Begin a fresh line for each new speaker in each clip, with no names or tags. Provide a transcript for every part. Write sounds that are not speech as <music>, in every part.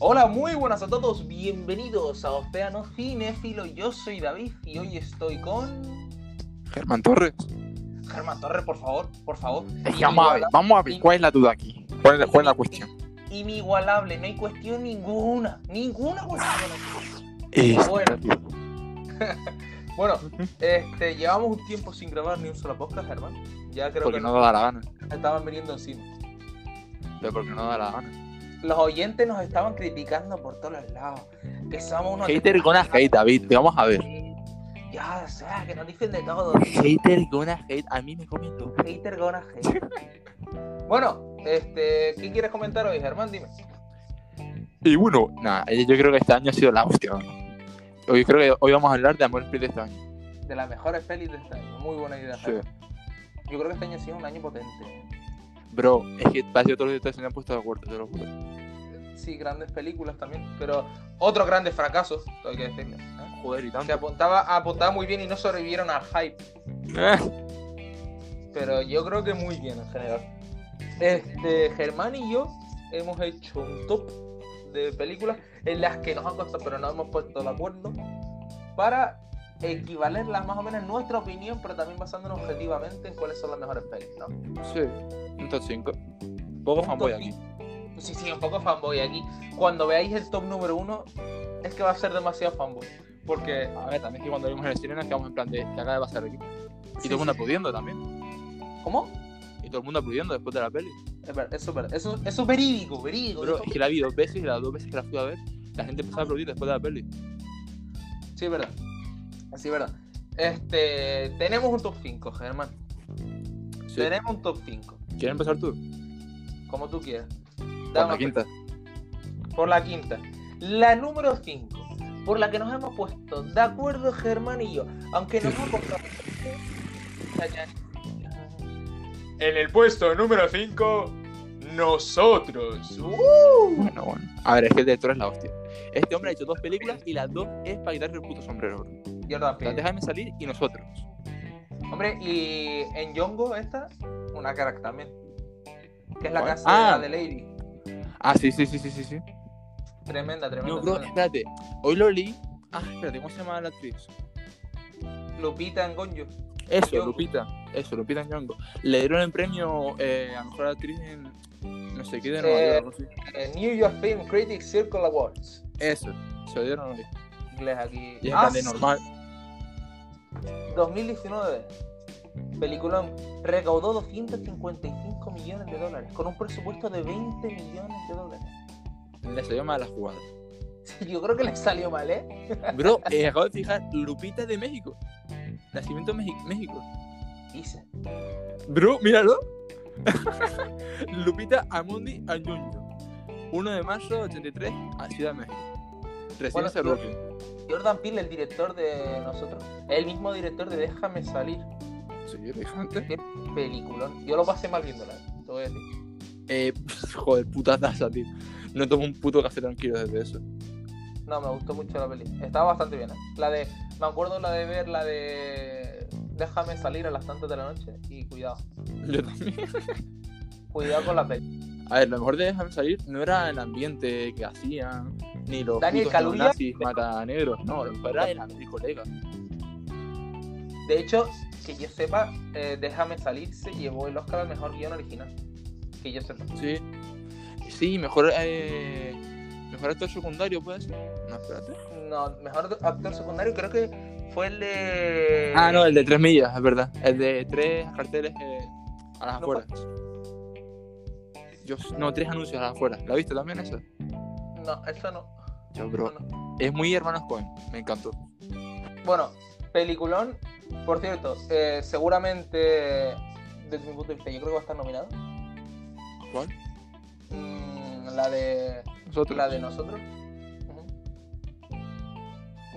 Hola, muy buenas a todos, bienvenidos a Océano Cinefilo. Yo soy David y hoy estoy con.
Germán Torres.
Germán Torres, por favor, por favor.
Es que vamos a ver, vamos a ver, ¿cuál es la duda aquí? ¿Cuál es, cuál es la cuestión?
Inigualable, no hay cuestión ninguna. Ninguna cuestión.
Es-
Bueno. Bueno, este, llevamos un tiempo sin grabar ni un solo podcast, Germán. Ya creo
porque
que
no
nos
da la gana.
estaban viniendo encima.
Pero porque no da la gana.
Los oyentes nos estaban criticando por todos los lados. Que somos unos.
Hater con una hate, David, te vamos a ver.
Ya, o sea, que nos dicen de todo.
Hater con una hate, a mí me comiendo.
Hater gonna hate. <laughs> Bueno, este, ¿qué quieres comentar hoy, Germán? Dime.
Y bueno, nada, eh, yo creo que este año ha sido la hostia. ¿no? Hoy creo que hoy vamos a hablar de Amor Split de este año.
De las mejores pelis de este año. Muy buena idea. Germán. Yo creo que este año ha sido un año potente. ¿eh?
Bro, es que casi todos los detalles se me han puesto de acuerdo, te lo juro.
Sí, grandes películas también, pero otros grandes fracasos, hay que decirlo. ¿eh?
Joder, y
Que apuntaba, apuntaba muy bien y no sobrevivieron al hype.
Eh.
Pero yo creo que muy bien en general. Este, Germán y yo hemos hecho un top de películas en las que nos han costado, pero no hemos puesto de acuerdo, para equivalerlas más o menos en nuestra opinión, pero también basándonos objetivamente en cuáles son las mejores pelis, ¿no?
Sí, un top 5. Poco fanboy
Un top
aquí.
cinco. Sí, sí, un poco fanboy aquí. Cuando veáis el top número uno, es que va a ser demasiado fanboy. Porque
A ver, también es que cuando vimos en el cine nos quedamos en plan de que acaba de pasar aquí. Y
Sí,
todo el mundo
sí.
aplaudiendo también.
¿Cómo?
Y todo el mundo aplaudiendo después de la peli.
Es verdad, eso es verdad. Eso, eso es verídico, verídico.
Bro,
eso-
es que la vi dos veces y las dos veces que la fui a ver, la gente empezó a aplaudir después de la peli.
Sí, es verdad. Así es verdad. Este, tenemos un top 5, Germán.
Sí.
Tenemos un top 5,
¿Quieres empezar tú?
como tú quieras.
Con
Dame-
la quinta.
por la quinta. La número 5, por la que nos hemos puesto de acuerdo Germán y yo, aunque nos hemos costado. En el puesto número 5, nosotros.
Bueno, bueno. A ver, es que el director es la hostia. Este hombre ha hecho dos películas y las dos es para quitarle el puto sombrero, bro.
Yo
La
también.
déjame salir y nosotros.
Hombre, y en Yongo esta, una crack también. Que es la
¿Cuál?
casa
Ah.
de Lady.
Ah, sí, sí, sí, sí, sí, sí.
Tremenda, tremenda.
No, bro,
tremenda.
espérate. Hoy lo leí. Ah, espérate, ¿cómo se llama la actriz?
Lupita en Gonjo.
Eso,
Nyong'o.
Lupita. Eso, Lupita Nyong'o. Le dieron el premio eh, a mejor actriz en no sé qué de Nueva
Eh,
York. algo así.
Eh, New York Film Critics Circle Awards.
Eso, se lo dieron hoy.
Inglés aquí.
Y es
Ah,
grande normal.
2019. Peliculón. Recaudó 255 millones de dólares con un presupuesto de 20 millones de dólares. <laughs>
Le salió mal la jugada.
Sí, yo creo que le salió mal, ¿eh?
Bro, eh, acabo de fijar, Lupita es de México. Nacimiento Mexi- México.
Dice.
Bro, míralo. <laughs> Lupita Amundi Añuño. 1 de mayo de 83 a Ciudad de México.
Bueno,
Residencia
yo-
Brooklyn.
Jordan Peele, el director de nosotros. El mismo director de Déjame salir.
Sí, yo lo dije antes.
Peliculón. Yo lo pasé mal viéndola. Te voy a decir.
Eh, <laughs> joder, puta taza, tío. No tomo un puto café tranquilo desde eso.
No, me gustó mucho la peli. Estaba bastante bien. ¿eh? La de. Me acuerdo la de ver la de. Déjame salir a las tantas de la noche. Y cuidado.
Yo también.
Cuidado con la peli.
A ver, lo mejor de dejarme salir no era el ambiente que hacían, ni los
Daniel
putos
Kaluuya.
nazis mata a negros. No, lo mejor era el ambiente colega.
De hecho, que yo sepa, eh, Déjame salir se llevó el Oscar al mejor guión original. Que yo sepa.
Sí. Sí, mejor, eh, mejor actor secundario, puede ser. No, espérate.
No, mejor actor secundario creo que fue el de.
Ah, no, el de tres millas, es verdad. El de tres carteles eh, a las
No,
afueras. Yo, no, tres anuncios a las afueras. ¿La viste también esa?
No, eso no.
Yo,
Eso no.
Es muy hermanos Cohen. Me encantó.
Bueno, peliculón. Por cierto, eh, seguramente. Desde mi punto de vista, yo creo que va a estar nominado.
¿Cuál?
Mm, la de.
Nosotros.
La de nosotros.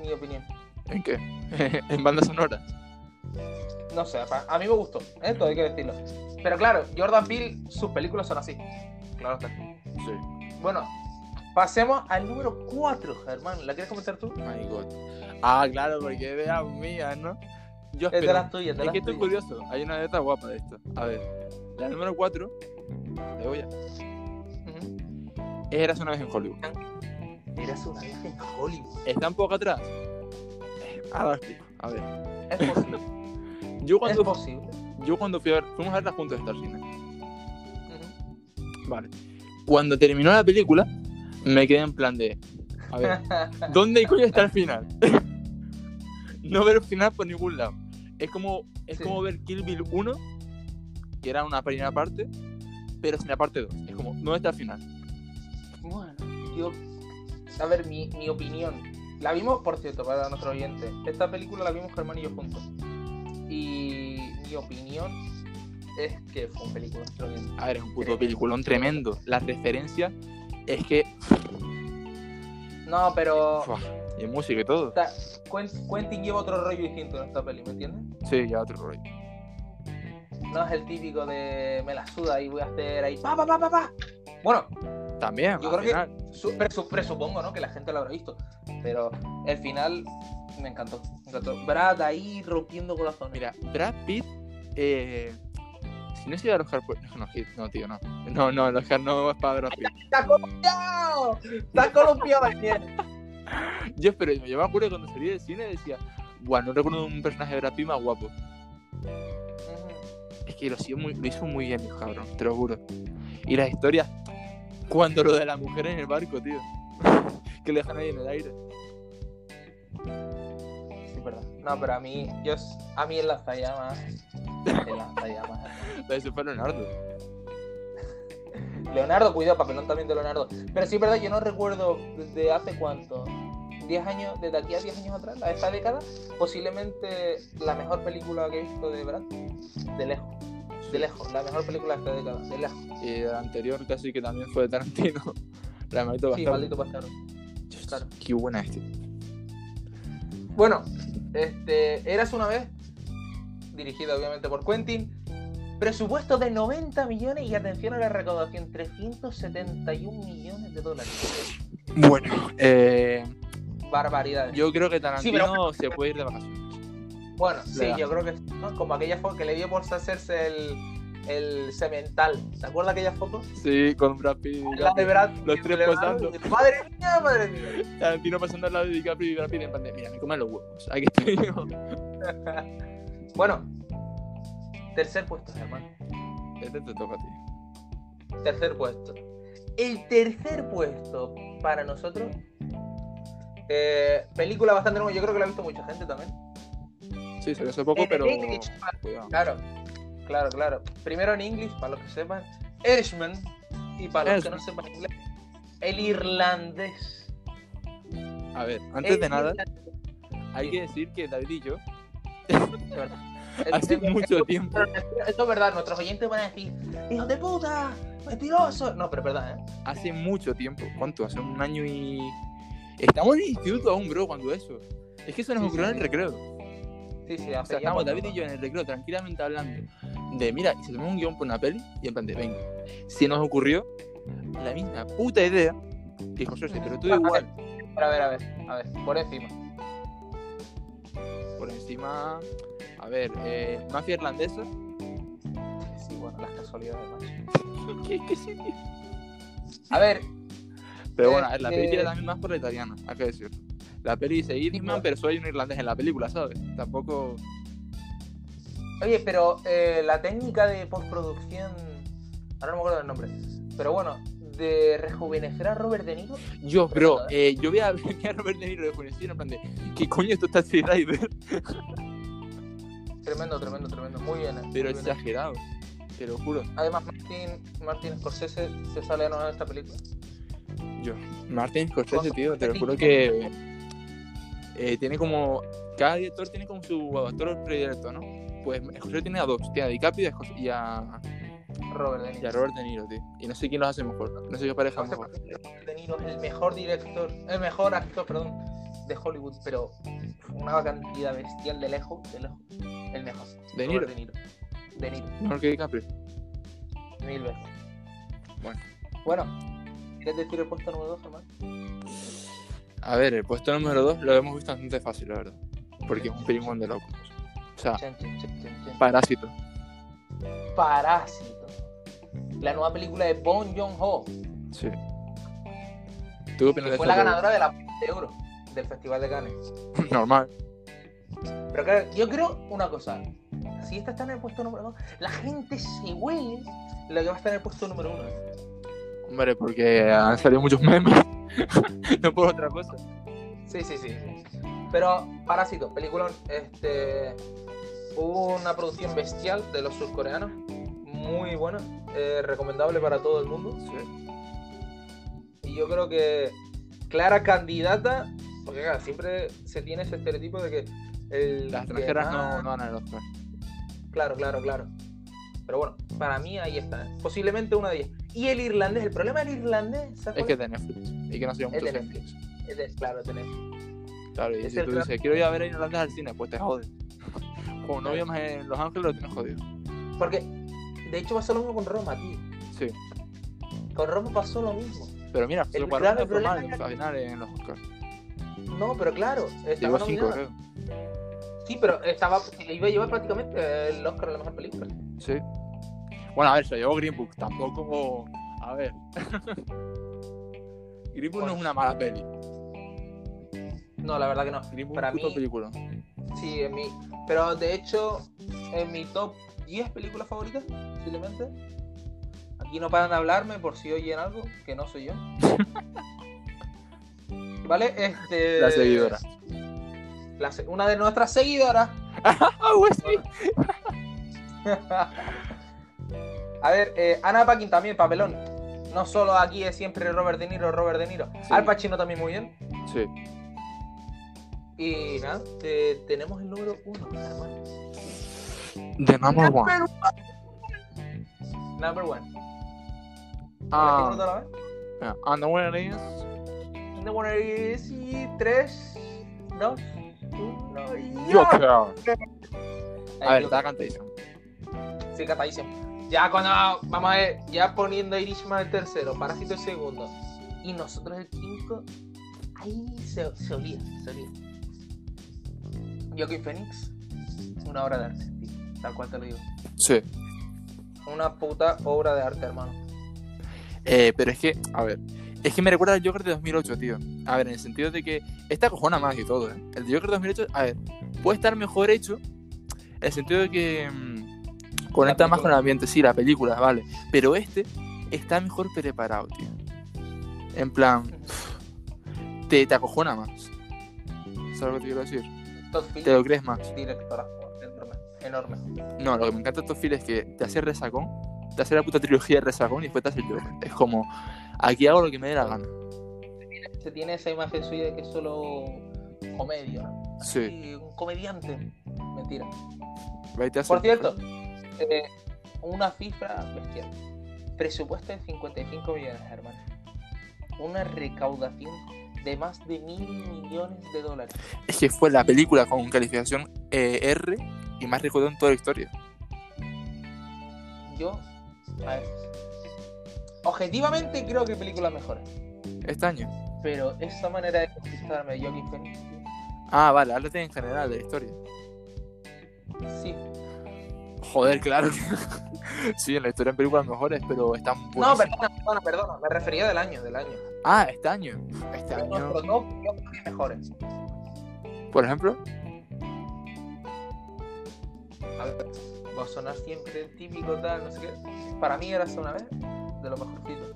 Mi opinión.
¿En qué? <laughs> en bandas sonoras.
No sé, pa- a mí me gustó, ¿eh? todo hay que decirlo. Pero claro, Jordan Peele, sus películas son así. Claro está.
Sí.
Bueno, pasemos al número 4, Germán. ¿La quieres comentar tú?
My God. Ah, claro, porque es de las mías, ¿no? Yo
Es de
espero-
las tuyas, de
Es
las
que estoy
tuyas.
curioso. Hay una letra guapa de esto. A ver. La número cuatro. Le voy a...
Ujú.
Eras una vez en Hollywood.
Eras una vez en Hollywood.
Está un poco atrás. Eh, Ahora lo explico. A ver.
Es <laughs> posible.
Yo
es
cuando,
posible.
yo cuando fui a ver. Fuimos a verla juntos esta cine.
Ujú.
Vale. Cuando terminó la película, me quedé en plan de. A <laughs> ver. ¿Dónde coño está el final? <laughs> no ver el final por ningún lado. Es como, es
Sí.
como ver Kill Bill 1, que era una primera parte, pero sin la parte 2. Es como, ¿dónde está el final?
Bueno, yo. A ver, mi, mi opinión. La vimos, por cierto, para nuestro oyente. Esta película la vimos Germán y yo juntos. Y mi opinión es que fue un película extraordinaria.
A ver, es un puto
Tremendo.
peliculón tremendo. Las referencias es que.
No, pero.
Fua, y música y todo.
ta- Quen- Quentin lleva otro rollo distinto en esta peli, ¿me entiendes?
Sí, ya otro rollo.
No es el típico de me la suda y voy a hacer ahí pa pa pa pa pa. Bueno,
También,
Yo
al
creo que-
final. Eh,
su- presu- presupongo, ¿no? Que la gente lo habrá visto. Pero el final me encantó. Me encantó. Brad ahí rompiendo corazones.
Mira, Brad Pitt. Eh, si no se iba al Oscar por. pues, No, hit- no, tío, no. No, no, el Oscar no es para Brad Pitt.
<laughs> ¡Está columpiado! ¡Está columpiado Daniel!
Yo, pero yo me acuerdo cuando salí del cine decía, guau, no recuerdo un personaje de Brad Pitt más guapo. Es que lo hizo muy, lo hizo muy bien, hijo, cabrón, te lo juro. Y las historias, cuando lo de la mujer en el barco, tío. <laughs> que le dejan ahí en el aire.
Sí, verdad. No, pero a mí, yo, a mí en lanzallamas. En lanzallamas.
La de fue Leonardo.
Leonardo, cuidado, papelón también de Leonardo. Pero sí, es verdad, yo no recuerdo desde hace cuánto. 10 años, desde aquí a 10 años atrás, a esta década, posiblemente la mejor película que he visto de Brad. De lejos. De lejos, la mejor película de esta década. De lejos.
Y la eh, anterior casi que también fue de Tarantino. <laughs> La de maldito
Sí,
bastardo.
maldito bastardo.
Dios,
claro.
Qué buena este.
Bueno, este, Eras una vez, dirigida obviamente por Quentin, presupuesto de 90 millones y atención a la recaudación, 371 millones de dólares.
Bueno, eh,
Barbaridades.
yo creo que
Sí,
Tarantino
pero-
se puede ir de vacaciones.
bueno, sí,
Legal.
yo creo que ¿no? como aquella foto que le dio por hacerse el, el semental. ¿Se acuerda aquella foto?
Sí, con Brad Pitt. y
La de Brad.
Los
que
tres
le da-
posando.
Madre mía, madre mía.
Tarantino pasando al lado de DiCaprio y Brad Pitt en pandemia. Mira, me comen los huevos. Este Aquí <laughs> estoy yo.
Bueno, tercer puesto, hermano.
Este te toca a ti.
Tercer puesto. El tercer puesto para nosotros. eh, película bastante nueva, yo creo que la ha visto mucha gente también.
Sí, se ve hace poco,
En
pero.
English,
Cuidado.
claro, claro, claro. Primero en inglés, para los que sepan, Irishman. Y para los que no sepan inglés, el irlandés.
A ver, antes
El
de nada,
irlandés.
hay que decir que David y yo
eh, El-
<laughs> hace
el-
mucho tiempo.
eh, Esto es verdad, nuestros oyentes van a decir, ¡Hijos de puta! ¡Mentiroso! No, pero es verdad, ¿eh?
Hace mucho tiempo. ¿Cuánto? Hace un año y. Estamos en el instituto aún, bro, cuando eso. Es que eso nos
Sí,
ocurrió
sí,
en
sí.
el recreo.
Sí, sí,
O sea, estamos David y yo en el recreo tranquilamente hablando de, mira, y se tomó un guión por una peli y en plan de, venga. Se nos ocurrió la misma puta idea que José, pero tú igual.
A ver, a ver, a ver, por encima.
Por encima, a ver, eh, mafia irlandesa.
Sí, bueno, las casualidades, macho.
¿Qué, qué sí, tío?
A ver,
Pero bueno, a ver, la
Eh,
peli tira
eh.
también más por la italiana, hay que decirlo. La peli dice Irishman,
no.
pero soy un irlandés en la película, ¿sabes? Tampoco.
oye, pero eh, la técnica de postproducción. Ahora no me acuerdo del nombre. Pero bueno, de rejuvenecer a Robert De Niro.
Yo,
Pero,
bro, eh, yo voy a, <laughs> voy a Robert De Niro de Funestino en plan de. ¿Qué coño esto está Taxi Driver?
Tremendo, tremendo, tremendo. Muy bien. eh, muy
Pero
bien.
exagerado, te lo juro.
Además, Martin, Martin Scorsese se sale a de esta película.
Yo, Martin Scorsese,
Cosa-
tío, te lo juro que. eh, tiene como. Cada director tiene como su actor predilecto, ¿no? Pues Scorsese tiene a dos, tiene a DiCaprio y a Scors- y a,
Robert De Niro.
y a Robert De Niro, tío. Y no sé quién los hace mejor, no sé qué pareja
Entonces,
mejor.
Robert De Niro es el mejor director, el mejor actor, perdón, de Hollywood, pero una cantidad bestial de lejos, de lejos, el mejor.
De
Robert
Niro.
De Niro. De Niro,
Mejor que DiCaprio.
mil veces.
Bueno.
Bueno, ¿quieres decir el puesto número 2, hermano?
A ver, el puesto número 2 lo hemos visto bastante fácil, la verdad. Porque es un pelingón de locos. O sea,
Chan, chan, chan, chan, chan.
parásito.
Parásito. La nueva película de Bong Joon-ho.
Sí. ¿Tú qué opinas
que
de
fue
esto,
la
Pedro?
ganadora de la de oro del Festival de Cannes.
Normal.
Pero claro, yo creo una cosa. Si esta está en el puesto número 2, la gente se huele la que va a estar en el puesto número 1.
Hombre, porque han salido muchos memes. <laughs> no por otra cosa.
Sí, sí, sí. Pero Parásito, película, este, hubo una producción bestial de los surcoreanos, muy buena, eh, recomendable para todo el mundo. Y yo creo que clara candidata, porque claro, siempre se tiene ese estereotipo de que el
Las
que
extranjeras
más-
no, no van al Oscar.
Claro, claro, claro. Pero bueno, para mí ahí está, ¿eh? posiblemente una de ellas. Y el irlandés, el problema del irlandés, ¿sabes cuál
Es que es de Netflix. Y que no ha sido
Es
mucho
de
Netflix.
es? Es de- claro, tenés.
Claro, y
Es
si
el
tú
gran-
dices, quiero ir a ver a Irlandés al cine, pues
<laughs>
te jodes. Como no vivimos en Los Ángeles, lo tienes jodido.
Porque de hecho pasó lo mismo con Roma, tío.
Sí.
Con Roma pasó lo mismo.
Pero mira,
El
lo cuadraron
grave
de formal
problema-
al final en los Oscars.
No, pero claro, estaba
Llevó cinco,
nominada.
creo.
Sí, pero estaba, iba a llevar prácticamente eh, el Oscar a la mejor película.
Sí. Bueno, a ver, se llevó Green Book. Tampoco. A ver. <laughs> Green Book no es una mala peli.
No, la verdad que no.
Green Book
Para
es una
mí-
película.
Sí, en mi. Pero de hecho, en mi top 10 películas favoritas, posiblemente. Aquí no paran de hablarme por si oyen algo, que no
<laughs>
soy yo. ¿Vale? Este.
La seguidora.
la se- una de nuestras seguidoras.
¡Ah, Wesley!
a ver, eh, Ana Paquin también, papelón. No solo aquí es siempre Robert De Niro, Robert De Niro.
Sí.
Al Pacino también muy bien.
Sí.
Y nada, te- tenemos el número uno, hermano.
The Number One.
Number one. ¿La gente
Ah,
otra vez?
yeah. and the winner is.
Number one is- y tres, dos, uno y...
Joker. A
Ahí
ver,
yo-
está cantadísimo.
Sí, catadísimo. Ya cuando vamos a ver, ya poniendo Irishman el tercero, Parásito el segundo y nosotros el quinto, ahí se, se olía, se olía. Joaquin Phoenix, una obra de arte, tío, tal cual te lo digo.
Sí.
Una puta obra de arte, hermano.
Eh, pero es que, a ver, es que me recuerda al Joker de 2008, tío. A ver, en el sentido de que esta cojona más y todo, ¿eh? El de Joker de 2008, a ver, puede estar mejor hecho en el sentido de que mm, conecta
La
más con
película.
el ambiente, sí, la película, vale. Pero este está mejor preparado, tío. En plan, te, te acojona más. ¿Sabes lo que te quiero decir?
Todd
Te
Phillips,
lo crees más.
directora, enorme, enorme.
No, lo que me encanta de estos files es que te hace resacón, te hace la puta trilogía de resacón y después te hace el Joker. Es como, aquí hago lo que me dé la gana.
Se tiene esa imagen suya de que es solo comedia, ¿no?
Sí.
Y un comediante. Mentira.
Ahí te hace-
Por cierto, eh, una cifra bestial. Presupuesto de 55 millones, hermano. Una recaudación de más de mil millones de dólares.
Es que fue la película con calificación eh, R y más recaudó en toda la historia.
Yo, a ver. Objetivamente creo que películas mejores.
Este año.
Pero esa manera de conquistarme de Joaquin Phoenix,
Ah, vale, háblate en general de la historia.
sí.
Joder, claro. <laughs> sí, en la historia en películas mejores, pero están
No,
buenas.
perdona, perdona, perdona. Me refería del año, del año.
Ah, este año. Este año.
Nuestro top, yo creo que mejores.
Por ejemplo,
A ver, va a sonar siempre el típico tal, no sé qué. Para mí era hace una vez de lo mejorcito.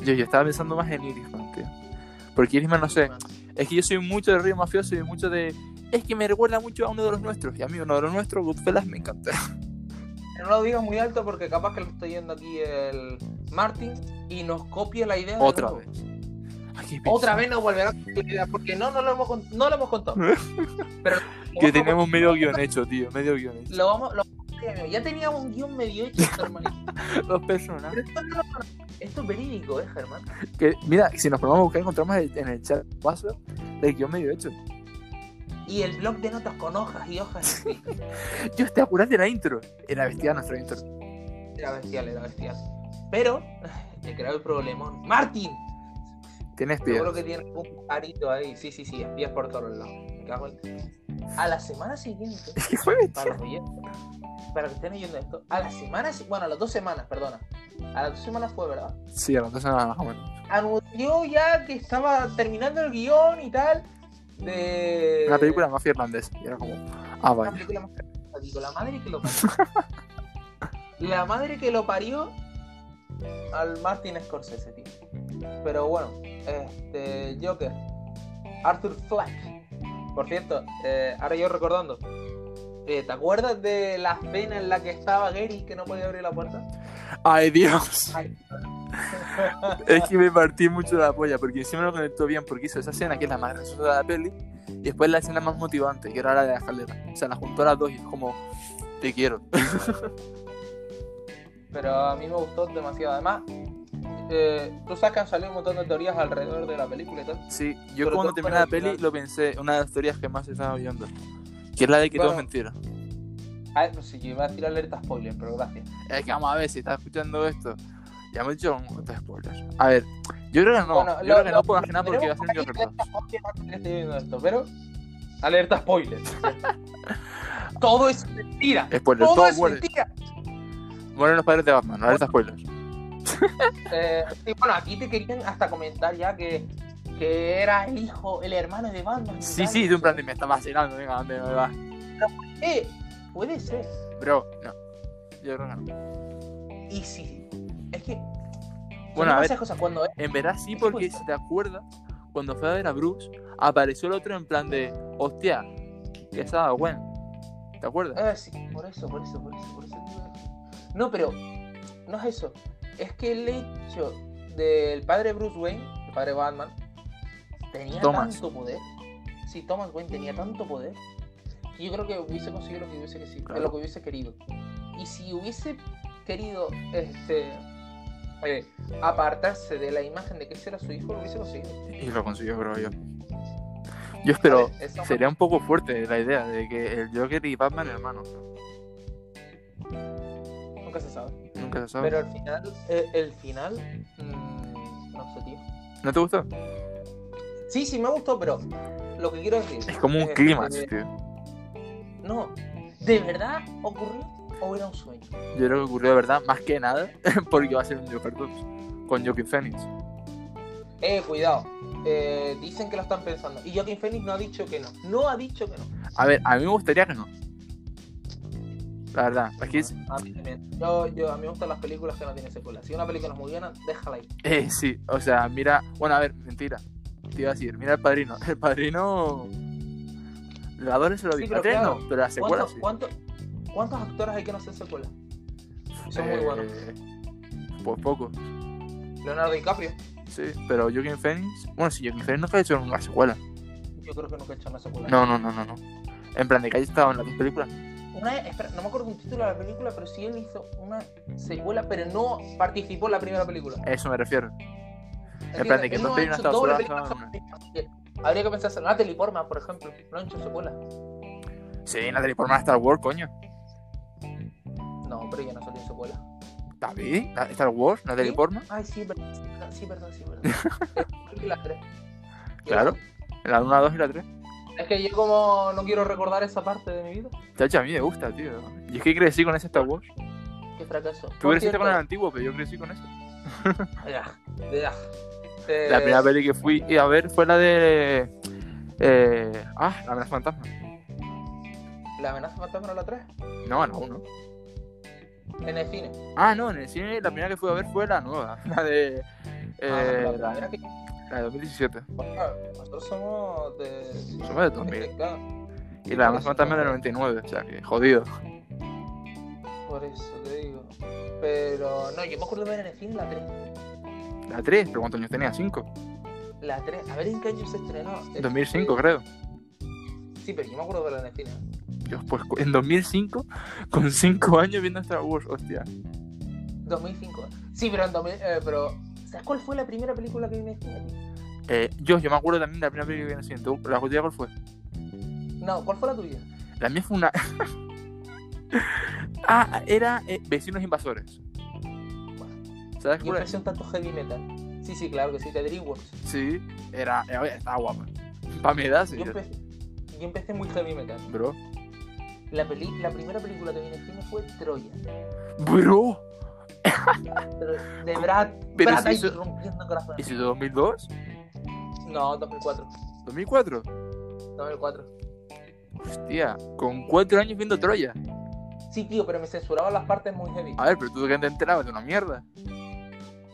yo, yo estaba pensando más en Irishman, tío. Porque Irishman, no sé. Es que yo soy mucho de Río Mafioso y mucho de. Es que me recuerda mucho a uno de los nuestros. Y a mí, uno de los nuestros, Goodfellas, me encanta.
No lo digas muy alto porque capaz que lo está yendo aquí el Martin y nos copia la idea. de
<laughs> Otra
nuevo.
vez. Ay, qué
Otra vez nos volverá a copiar la idea porque no, no lo hemos, con- no lo hemos
<laughs>
contado. Pero lo
Que
vamos a
tenemos medio guión hecho, tío. Medio guión
con-
hecho.
lo vamos, lo vamos a hacer, amigo. Ya teníamos un guión medio hecho, <laughs> hermano.
Los personajes.
Pero esto, no lo- esto es verídico, ¿eh, Germán?
Que, mira, si nos ponemos a buscar, encontramos el- en el chat WhatsApp el guión medio hecho.
Y el blog de notas con hojas y hojas.
Yo te acuerdas de la intro. Era bestia nuestra intro.
Era bestial, era bestial. Pero, te creaba el problemón. ¡Martin!
Tienes
Seguro
piedras.
que tiene un carito ahí. Sí, sí, sí, espías por todos lados. Me cago en- A la semana siguiente,
¿Qué <laughs> fue bestia?
para los oyentes, para que estén oyendo esto, a la semana, si- bueno, a las dos semanas, perdona, A las dos semanas fue, ¿verdad?
Sí, a las dos semanas más o menos.
Anunció ya que estaba terminando el guión y tal. De.
Una película mafia irlandesa. Y era como, ah,
Una
vaya.
película más cargada, digo, la madre que lo parió. la madre que lo parió al Martin Scorsese, tío. Pero bueno, este Joker, Arthur Flack. Por cierto, eh, ahora yo recordando, eh, ¿te acuerdas de la cena en la que estaba Gary que no podía abrir la puerta?
Ay, Dios.
Ay.
<laughs> Es que me partí mucho la polla, porque encima lo conectó bien, porque hizo esa escena que es la más graciosa de la peli, y después la escena más motivante, que era la de la escalera. O sea, la juntó a las dos y es como, te quiero.
Pero a mí me gustó demasiado. Además, eh, tú sabes que han salido un montón de teorías alrededor de la película y tal.
Sí, yo
Sobre
cuando
todo
terminé
para
la
el final.
peli lo pensé, una de las teorías que más estaba viendo, que es la de que todo es
Bueno.
mentira.
Ah, no sé, yo iba a decir alerta spoiler, pero gracias.
Es que vamos a ver si estás escuchando esto. Ya me he hecho un otro spoiler. A ver, yo creo que no, yo creo que no puedo imaginar porque va a ser un Joker 2.
Estoy viendo este esto, pero. Alerta spoiler. <laughs> todo es mentira.
Spoiler,
todo,
todo
es
muere.
mentira.
Mueren los padres de Batman, no alerta spoiler.
Eh, y bueno, aquí te querían hasta comentar ya que, que era el hijo, el hermano de Batman. y
Sí,
tal.
sí, de un plan de me está vacilando, venga, ¿dónde me vas?
Eh, puede ser.
Bro, no. Yo creo que no.
Y sí. Es que.
Bueno, a ver,
esas cosas cuando es.
en verdad sí,
¿qué
porque
cosa?
si te acuerdas, cuando fue a ver a Bruce, apareció el otro en plan de, hostia, que se ha dado bueno. ¿Te acuerdas?
Ah, sí, por eso, por eso, por eso, por eso. te iba a decir. No, pero no es eso. Es que el hecho del padre Bruce Wayne, el padre Batman, tenía
Thomas.
tanto poder. Sí, Thomas Wayne tenía tanto poder. que yo creo que hubiese conseguido lo que hubiese, querido,
Claro.
lo que hubiese querido. Y si hubiese querido este, eh, apartarse de la imagen de que ese era su hijo, lo hubiese conseguido.
Y lo consiguió, bro, yo. Yo espero,
A ver, esa-
sería un poco fuerte la idea de que el Joker y Batman hermanos.
Nunca se sabe.
Nunca se sabe.
Pero al final, eh, el final, mm, no sé, tío.
¿No te gustó?
Sí, sí, me gustó, pero lo que quiero decir.
Es como un
que-
clímax, tío.
No, ¿de verdad ocurrió o era un sueño?
Yo creo que ocurrió de verdad, más que nada, <laughs> porque va a ser un Joker 2 con Joaquin Phoenix.
Eh, cuidado. eh, dicen que lo están pensando. Y Joaquin Phoenix no ha dicho que no. No ha dicho que no.
A ver, a mí me gustaría que no. La verdad, es que es- <laughs>
A mí también. Ah, Yo, yo, a mí me gustan las películas que no tienen secuela. Si una película es muy buena, déjala ahí.
eh, sí, o sea, mira, bueno, a ver, mentira. Te iba a decir, mira el padrino. <laughs> El padrino. La doble se lo
Sí,
vi.
pero
La tres
claro,
no, pero la secuela
¿Cuántos,
sí.
cuántos, cuántos actores hay que no hacen secuela? son muy
Eh,
buenos?
Pues poco,
Leonardo DiCaprio.
sí. Pero Joaquin Phoenix. Bueno, sí, Joaquin Phoenix nunca ha hecho una secuela.
Yo creo que nunca he hecho una secuela.
No, no, no, no. no. En plan, de que haya estado en las dos películas.
Una vez- espera, no me acuerdo un título de la película, pero sí él hizo una secuela, pero no participó en la primera película.
A eso me refiero.
Entiendo,
plan de que
él
no
ha
tiene una
hecho
estatua
doble
sola,
película sobre- Habría que pensar en Natalie Portman, por ejemplo. No han hecho secuela.
Sí, Natalie Portman Star Wars, coño.
No, pero ya no salió en secuela.
David, Na- Star Wars, Natalie
¿Sí?
Portman.
Ay, sí, verdad, sí, verdad, sí, verdad, sí,
<laughs>
verdad. Es que la tres.
Claro. En la 1, la 2 y la 3.
Es que yo como no quiero recordar esa parte de mi vida.
Chacho, a mí me gusta, tío. Y es que crecí con ese Star Wars.
Qué fracaso.
Tú
Por
creciste con el
cierto-
antiguo, pero yo crecí con ese.
Ya, ya. Eh,
La primera peli que fui a ver fue la de. Eh, ah, La amenaza fantasma.
¿La amenaza fantasma no la 3?
No, la 1.
En el cine.
Ah, no, en el cine la primera que fui a ver fue la nueva. <laughs> La de. eh,
Ah,
la,
la primera que-
la de 2017.
Ah, Nosotros somos de...
Somos de 2000.
Claro.
Y la amenaza fantasma era el 99, o sea que jodido.
Por eso te digo. Pero no, yo me acuerdo de ver en el cine la 3.
La 3, pero ¿cuántos años tenía? 5.
La 3. A ver en qué año se estrenó. Este,
2005, creo.
Sí, pero yo me acuerdo de verla en el cine.
Dios, pues cu- en 2005, con 5 años viendo Star Wars, hostia.
2005. Sí, pero en 2000. eh, pero, ¿Sabes cuál fue la primera película que vi en el cine? tío?
Eh, yo, yo me acuerdo también de la primera película que vi en el cine. ¿Tú- ¿La tuya cuál fue?
No, ¿cuál fue la tuya?
La mía fue una. <laughs> ah, era eh, Vecinos Invasores. ¿Sabes
Yo
cuál es?
empecé un tanto heavy metal. Sí, sí, claro que sí, de DreamWorks.
Sí, era. eh, oye, estaba guapa. Pa' mi edad, sí.
Yo empecé, yo empecé muy heavy metal.
Bro.
La, peli, la primera película que vi en el cine fue Troya.
Bro.
Pero de Brad,
Ah, Pero
Brad
si
ahí
eso-
rompiendo corazón.
¿Y si 2002?
No, 2004.
¿2004?
2004.
Hostia, con cuatro años viendo Troya.
Sí, tío, pero me censuraban las partes muy heavy.
A ver, pero tú que te enterabas de una mierda.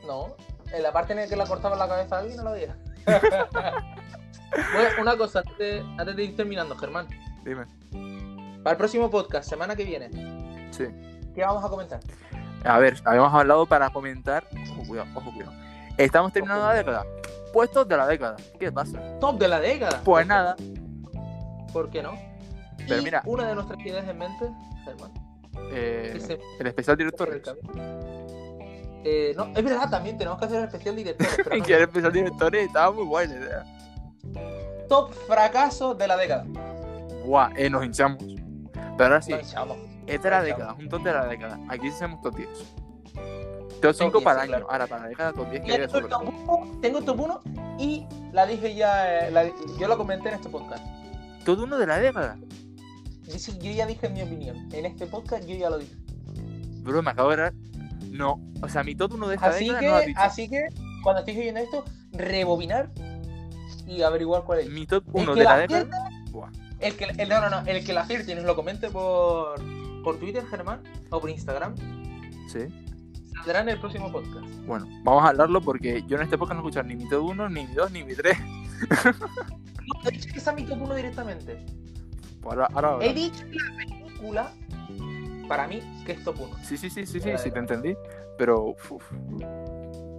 No, en la parte en la que la cortaban la cabeza a alguien no lo
<laughs>
veía. bueno, una cosa, antes de, antes de ir terminando, Germán.
Dime.
Para el próximo podcast, semana que viene,
Sí.
¿qué vamos a comentar?
A ver, habíamos hablado para comentar. Ojo, cuidado, ojo, cuidado. Estamos terminando
Ojo.
la década. Puestos de la década. ¿Qué pasa?
Top de la década.
Pues nada.
¿Por qué no?
Pero
Y
mira-
Una de nuestras ideas en mente, Germán.
eh,
que se
el especial
por el
director.
camino. Eh, no, es verdad, también tenemos que hacer el especial
<laughs>
director. pero no.
que el especial director estaba muy guay la idea.
Top fracaso de la década.
Buah, eh, nos hinchamos. Pero ahora sí,
Lo echamos.
esta es la
nos
década, un top de la década. Aquí hacemos top 10. Top 5
10,
para
sí,
el año.
claro.
Ahora para la década, top 10 que
Ya
haya
tengo el
sobre
top uno, tengo el top 1 y la dije ya, eh, la- yo la comenté en este podcast.
Todo uno de la década.
Yo, sí- yo ya dije mi opinión. En este podcast yo ya lo dije.
Bro, me acabo de dar. No, o sea, mi top 1 de esta
Así
década
que,
no lo has dicho.
así que, cuando estés oyendo esto, rebobinar y averiguar cuál es.
Mi top
El
1
que
de
la
la década.
acierte-
Buah.
el que, el, no, no, no, el que la acierte y nos lo comente por, por Twitter, Germán, o por Instagram,
Sí.
saldrá en el próximo podcast.
Bueno, vamos a hablarlo porque yo en este podcast no escuchar ni mi top 1, ni mi 2, ni mi 3.
He dicho que es a mi top 1 directamente.
Pues Ahora, ahora, ahora.
He dicho que la película, para mí, que es top 1.
Sí, sí, sí, sí, sí, sí, te entendí. Pero. uf.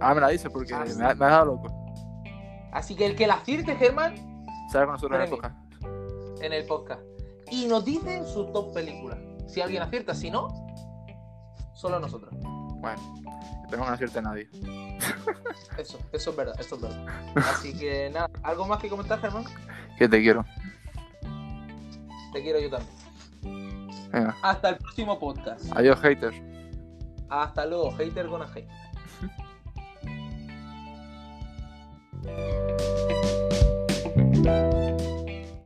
Ah, me la dices porque
Ah,
me,
sí.
ha, me has dado loco.
Así que el que la acierte, Germán,
Sale con nosotros en el
Premio.
podcast.
en el podcast. Y nos dicen su top película. Si alguien acierta, si no, solo nosotros.
Bueno, espero que no acierte a nadie.
Eso, eso es verdad, eso es verdad. Así que nada, ¿algo más que comentar, Germán?
Que te quiero.
Te quiero yo también.
Venga.
Hasta el próximo podcast.
Adiós, haters.
Hasta luego, hater con a hate.